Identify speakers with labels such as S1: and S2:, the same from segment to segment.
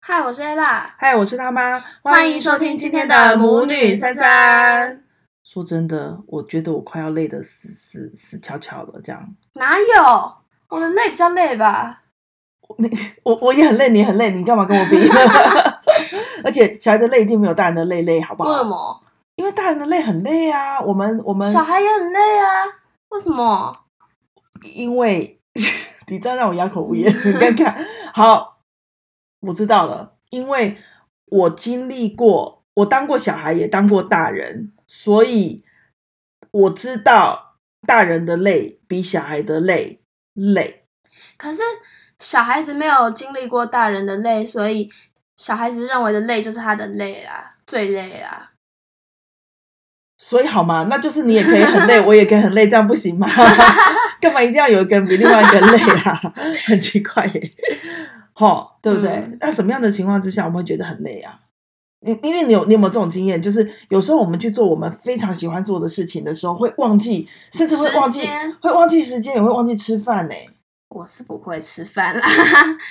S1: 嗨，我是 Ella。
S2: 嗨，我是他妈，
S1: 欢迎收听今天的母女三三。
S2: 说真的，我觉得我快要累得死死死翘翘了。这样，
S1: 哪有？我的累比较累吧？
S2: 我我也很累，你很累，你干嘛跟我比？ 而且小孩的累一定没有大人的累累，好不
S1: 为什
S2: 好？
S1: 么？
S2: 因为大人的累很累啊。我们我们
S1: 小孩也很累啊？为什么？
S2: 因为 你这样让我哑口无言，很尴尬。好，我知道了，因为我经历过，我当过小孩，也当过大人，所以我知道大人的累比小孩的累累。
S1: 可是小孩子没有经历过大人的累，所以小孩子认为的累就是他的累啦，最累啦。
S2: 所以好吗？那就是你也可以 很累，我也可以很累，这样不行吗？ 干嘛一定要有一个人比另外一个累啊？ 很奇怪耶，吼，对不对？
S1: 嗯
S2: 那什么样的情况之下我们会觉得很累啊？因因为你有你有没有这种经验？就是有时候我们去做我们非常喜欢做的事情的时候，会忘记，甚至会忘
S1: 时
S2: 记
S1: 间，
S2: 会忘记时间，也会忘记吃饭呢。
S1: 我是不会吃饭啦，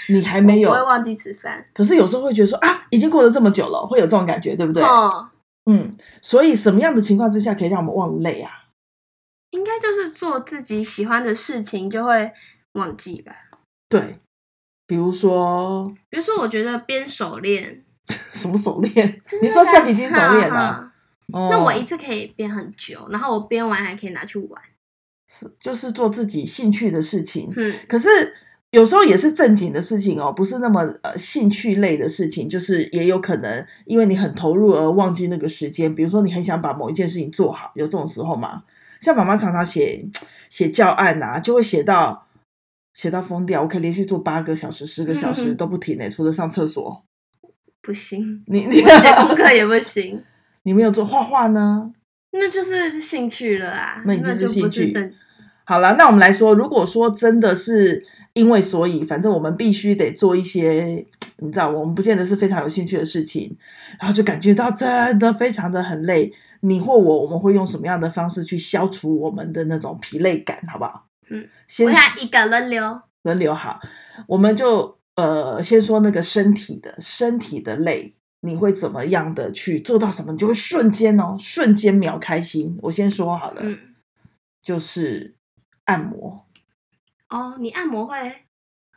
S2: 你还没有
S1: 我不，会忘记吃饭。
S2: 可是有时候会觉得说啊，已经过了这么久了，会有这种感觉，对不对？
S1: 哦，
S2: 嗯，所以什么样的情况之下可以让我们忘累啊？
S1: 应该就是做自己喜欢的事情就会忘记吧。
S2: 对，比如说
S1: 比如说，我觉得编手链，
S2: 什么手链？
S1: 就是
S2: 你
S1: 那
S2: 说
S1: 个
S2: 橡皮筋手链啊？？
S1: 哈哈
S2: 哦
S1: 那我一次可以编很久，然后我编完还可以拿去玩。
S2: 就是做自己兴趣的事情，
S1: 嗯，
S2: 可是有时候也是正经的事情哦，不是那么呃兴趣类的事情，就是也有可能因为你很投入而忘记那个时间。比如说你很想把某一件事情做好，有这种时候吗？像妈妈常常写写教案啊，就会写到写到疯掉，我可以连续做八个小时、十个小时
S1: 嗯
S2: 都不停呢、欸除了上厕所。
S1: 不行，
S2: 你你
S1: 我写功课也不行，
S2: 你没有做画画呢？
S1: 那就是兴趣了啊，那
S2: 那已经是
S1: 就不
S2: 兴趣
S1: 是正。
S2: 好了，那我们来说，如果说真的是因为所以，反正我们必须得做一些，你知道，我们不见得是非常有兴趣的事情，然后就感觉到真的非常的很累。你或我，我们会用什么样的方式去消除我们的那种疲累感，好不好？
S1: 嗯，
S2: 先
S1: 我想一个轮流，
S2: 轮流好，我们就呃先说那个身体的身体的累，你会怎么样的去做到什么？你就会瞬间哦，瞬间秒开心。我先说好了，
S1: 嗯，
S2: 就是按摩。
S1: 哦，你按摩会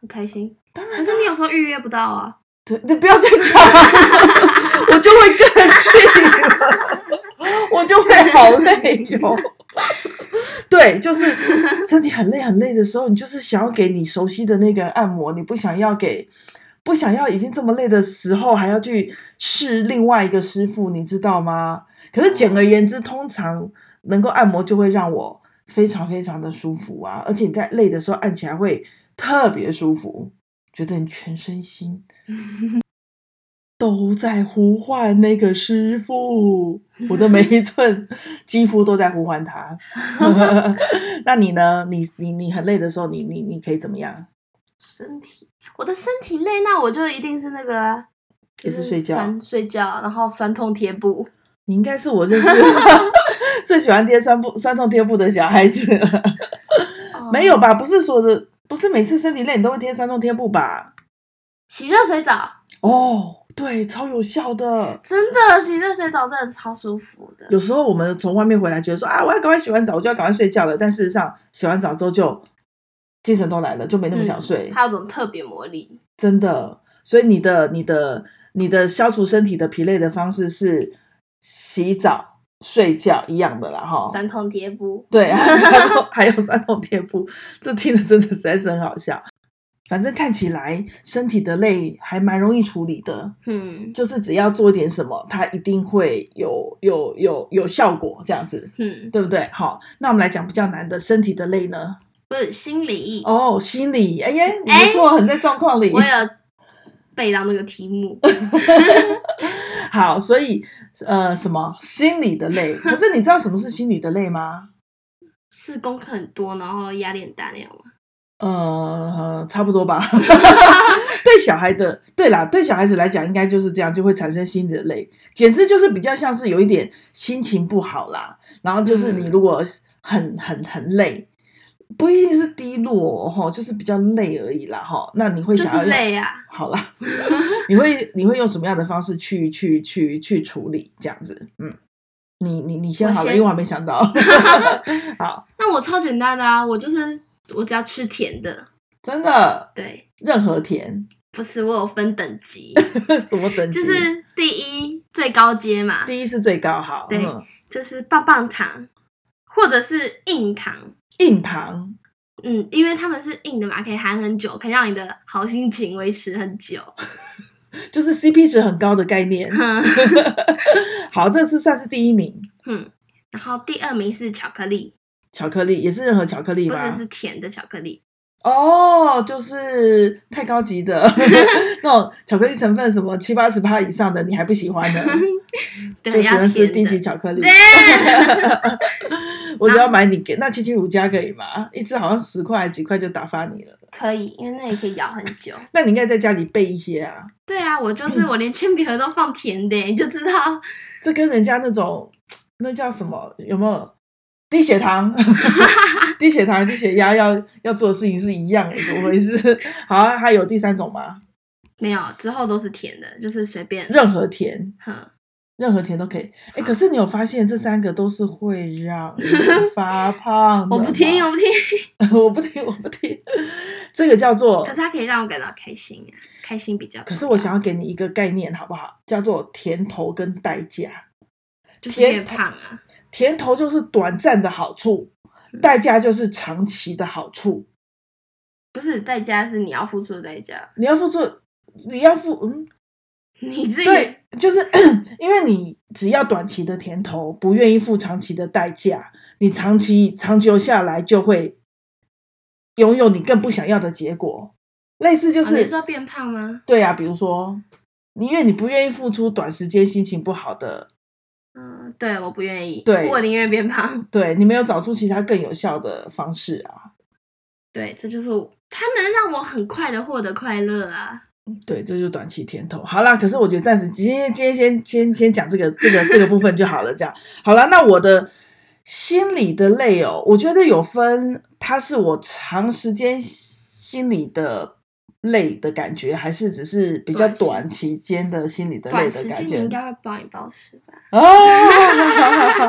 S1: 很开心，
S2: 当
S1: 可
S2: 然
S1: 是你有时候预约不到啊。
S2: 对，你不要再讲了，我就会更气了，我就会好累哟、对，就是身体很累很累的时候，你就是想要给你熟悉的那个人按摩，你不想要给，不想要已经这么累的时候还要去试另外一个师傅，你知道吗？可是简而言之，通常能够按摩就会让我非常非常的舒服啊，而且你在累的时候按起来会特别舒服，觉得你全身心都在呼唤那个师傅，我的每一寸肌肤都在呼唤他。 那你呢？你你你很累的时候，你你你可以怎么样？
S1: 身体，我的身体累，那我就一定是那个啊、
S2: 也是
S1: 就
S2: 睡觉
S1: 酸睡觉，然后酸痛贴布。
S2: 你应该是我认识最喜欢贴酸布、酸痛贴布的小孩子了。
S1: 哦
S2: 没有吧？不是说的，不是每次身体累你都会贴酸痛贴布吧？
S1: 洗热水澡，
S2: 哦，对，超有效的。
S1: 真的洗热水澡真的超舒服的。
S2: 有时候我们从外面回来，觉得说啊，我要赶快洗完澡，我就要赶快睡觉了。但事实上，洗完澡之后就精神都来了，就没那么想睡，
S1: 嗯它有种特别魔力。
S2: 真的。所以你的、你的、你的消除身体的疲累的方式是洗澡、睡觉一样的啦，哈。
S1: 三痛贴布，
S2: 对，然后还有三种 贴布，这听的真的实在是很好笑。反正看起来身体的累还蛮容易处理的，
S1: 嗯
S2: 就是只要做点什么，它一定会有有有有效果这样子。
S1: 嗯，
S2: 对不对？好，那我们来讲比较难的身体的累呢。
S1: 不是心理，
S2: 哦，心理，哎呀，你
S1: 哎
S2: 不错，很在状况里
S1: 我。有背到那个题目，
S2: 好，所以呃，什么心理的累？可是你知道什么是心理的累吗？
S1: 是功课很多，然后压力很大那样吗？
S2: 呃，差不 多吧。对小孩的，对啦，对小孩子来讲，应该就是这样，就会产生心理的累，简直就是比较像是有一
S1: 嗯
S2: 点心情不好啦。然后就是你如果很很很累，不一定是低落哈、哦，就是比较累而已啦哈、哦。那你会
S1: 就
S2: 想要
S1: 是
S2: 用
S1: 累啊呀、
S2: 好啦， 你会你会用什么样的方式去去去去处理这样子？嗯，你你你先
S1: 我
S2: 好了，
S1: 先
S2: 因为我还没 想到。好，
S1: 那我超简单的啊，我就是我只要吃甜的，
S2: 真的，
S1: 对，
S2: 任何甜
S1: 不是我有分等级，
S2: 什么等级，
S1: 就是第一最高阶嘛，
S2: 第一是最高好，
S1: 对
S2: 嗯，
S1: 就是棒棒糖或者是硬糖。
S2: 硬糖
S1: 嗯，因为它们是硬的嘛，可以含很久，可以让你的好心情维持很久。
S2: 就是 CP 值很高的概念。
S1: 哼
S2: 好，这是算是第一名，
S1: 嗯，然后第二名是巧克力，
S2: 巧克力也是任何巧克力
S1: 不
S2: 吧
S1: 是？是甜的巧克力，
S2: 哦，就是太高 级的那种巧克力成分，什么七八十趴以上的你还不喜欢呢？就
S1: 对，
S2: 只
S1: 要
S2: 能吃
S1: 甜
S2: 低级
S1: 的。
S2: 巧克力
S1: 对。，
S2: 我只要买你给那七七乳加可以吗？一支好像十块几块就打发你了。
S1: 可以，因为那也可以咬很久。
S2: 那你应该在家里备一些啊，
S1: 对啊，我就是我连铅笔盒都放甜的， 你就知道。
S2: 这跟人家那种那叫什么有没有低 血糖、低血糖、低血压要要做的事情是一样的，怎么回事？ 好、啊，还有第三种吗？
S1: 没有，之后都是甜的，就是随便。
S2: 任何甜，
S1: 哼，
S2: 任何甜都可以。哎，可是你有发现这三个都是会让人发胖 的
S1: 我
S2: 吗
S1: 不听，我不听。
S2: 我不听，我不听。这个叫做
S1: 可是它可以让我感到开心啊，开心比较重要。啊
S2: 可是我想要给你一个概念，好不好？叫做甜头跟代价。
S1: 就是越
S2: 甜
S1: 胖啊，
S2: 甜头就是短暂的好处，
S1: 嗯
S2: 代价就是长期的好处。
S1: 不是代价是你要付出的代价，
S2: 你要付出，你要付，嗯，
S1: 你自己
S2: 对，就是 因为你只要短期的甜头，不愿意付长期的代价，你长期长久下来就会拥有你更不想要的结果。类似就
S1: 哦你
S2: 是，
S1: 说变胖吗？
S2: 对啊，比如说，你因为你不愿意付出短时间心情不好的
S1: 嗯，对，我不愿意，
S2: 对
S1: 我宁愿变胖。
S2: 对你没有找出其他更有效的方式啊。
S1: 对，这就是我它能让我很快的获得快乐啊。
S2: 对，这就是短期甜头。好啦，可是我觉得暂时今天今天先先先讲这个这个这个部分就好了。这样好啦，那我的心理的累哦，我觉得有分，它是我长时间心理的累的感觉，还是只是比较
S1: 短时
S2: 短期间的心理的累
S1: 短
S2: 的
S1: 时
S2: 感
S1: 间你
S2: 觉
S1: 应该会暴饮暴食吧？
S2: 啊。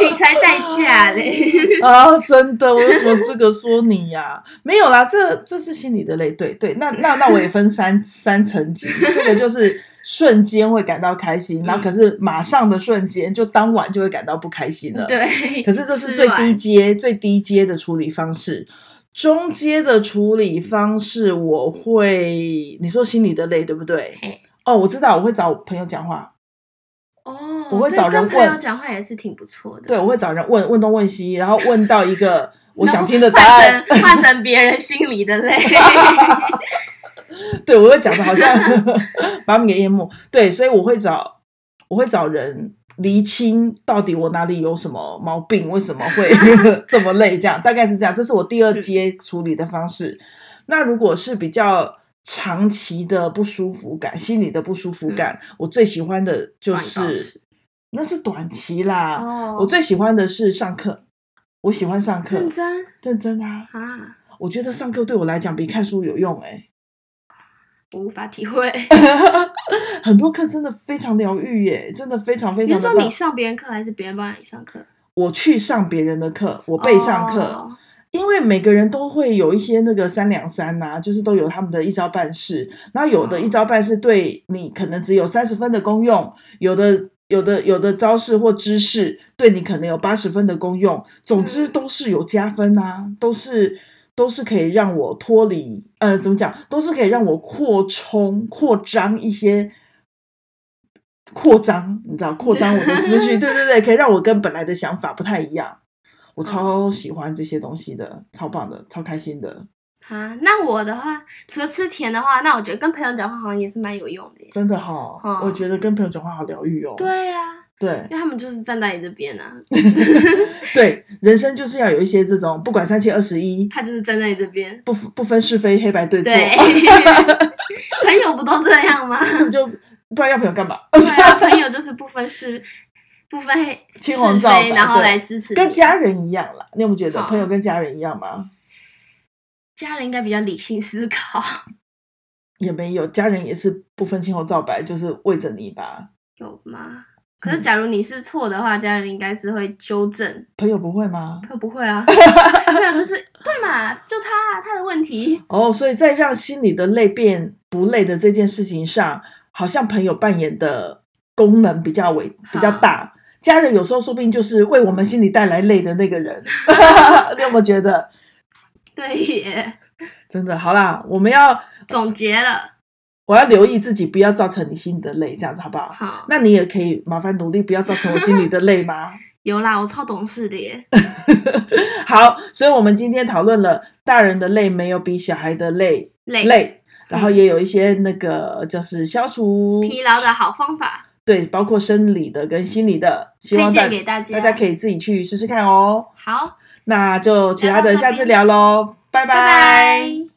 S1: 你才代价嘞。
S2: 啊，真的，我有什么资格说你呀、 没有啦，这这是心理的累，对对。那那那我也分三三层级，这个就是瞬间会感到开
S1: 嗯
S2: 心，然后可是马上的瞬间就当晚就会感到不开心 了。
S1: 对，
S2: 可是这是
S1: 吃
S2: 最低
S1: 完
S2: 阶、最低阶的处理方式。中阶的处理方式，我会你说心理的累，对不对
S1: 嘿？
S2: 哦，我知道，我会找朋友讲话，
S1: 哦，
S2: 我会
S1: 对
S2: 找人
S1: 跟朋友
S2: 问
S1: 讲话也是挺不错的。
S2: 对，我会找人问问东问西，然后问到一个我 想听的答
S1: 换
S2: 案
S1: 成。换成别人心里的泪，
S2: 对，我会讲的好像 把他们给淹没。对，所以我会找我会找人厘清到底我哪里有什么毛病，为什么会 这么累，这样大概是这样。这是我第二阶处理的方式。那如果是比较长期的不舒服感，心理的不舒服感，我最喜欢的 就
S1: 乱搞
S2: 是
S1: 事
S2: 那是短期啦。
S1: 哦
S2: 我最喜欢的是上课，我喜欢上课，
S1: 认真
S2: 认真啊！
S1: 啊，
S2: 我觉得上课对我来讲比看书有用哎、
S1: 我无法体会。
S2: 哎很多课真的非常疗愈耶，真的非常非
S1: 你
S2: 常
S1: 是
S2: 的
S1: 说
S2: 棒
S1: 你。上别人课还是别人帮你上课？
S2: 我去上别人的课，我被上课，
S1: 哦
S2: 因为每个人都会有一些那个三两三呐、就是都有他们的一招半式。那有的
S1: 哦
S2: 一招半式对你可能只有三十分的功用，有的有的有的招式或知识对你可能有八十分的功用。总之
S1: 嗯
S2: 都是有加分啊，都是都是可以让我脱离，呃，怎么讲，都是可以让我扩充、扩张一些。扩张，你知道，扩张我的思 绪，对对对，可以让我跟本来的想法不太一样。我
S1: 哦
S2: 超喜欢这些东西的，超棒的，超开心的，
S1: 啊，那我的话，除了吃甜的话，那我觉得跟朋友讲话好像也是蛮有用的耶。
S2: 真的哈、哦
S1: 哦
S2: 我觉得跟朋友讲话好疗愈哦。
S1: 对呀、
S2: 对
S1: 因为他们就是站在你这边啊，
S2: 对，人生就是要有一些这种，不管三七二十一，
S1: 他就是站在你这边。
S2: 不不分是非黑白对错，
S1: 对， 朋友不都这样吗？
S2: 这 不就不然要朋友 干嘛？
S1: 对 啊，朋友就是不分是 不分黑
S2: 青
S1: 是
S2: 红皂白
S1: 非，然后
S2: 对
S1: 来支持你
S2: 跟家人一样啦，你有没有觉得
S1: 好
S2: 朋友跟家人一样吗？
S1: 家人应该比较理性思考，
S2: 也没有，家人也是不分青红皂白，就是为着你吧。
S1: 有吗？
S2: 嗯
S1: 可是假如你是错的话，家人应该是会纠正。
S2: 朋友不会吗？
S1: 可不会 啊，对啊，就是对嘛，就他啊他的问题。
S2: 哦，所以在让心里的累变不累的这件事情上，好像朋友扮演的功能比较伟比较大。家人有时候说不定就是为我们心里带来累的那 个人，你有没有觉得？
S1: 对耶，
S2: 真的，好啦，我们要
S1: 总结了，
S2: 我要留意自己，不要造成你心里的累，这样子好不好？
S1: 好，
S2: 那你也可以麻烦努力，不要造成我心里的累吗？
S1: 有啦，我超懂事的耶。
S2: 好，所以我们今天讨论了大人的累没有比小孩的累
S1: 累嗯
S2: 累，然后也有一些那个就是消除
S1: 疲劳的好方法，
S2: 对，包括生理的跟心理的，希
S1: 推
S2: 望大
S1: 荐给大家。
S2: 大家可以自己去试试看哦。
S1: 好，
S2: 那就其他
S1: 聊到
S2: 的
S1: 这
S2: 下次
S1: 边
S2: 聊喽，拜
S1: 拜拜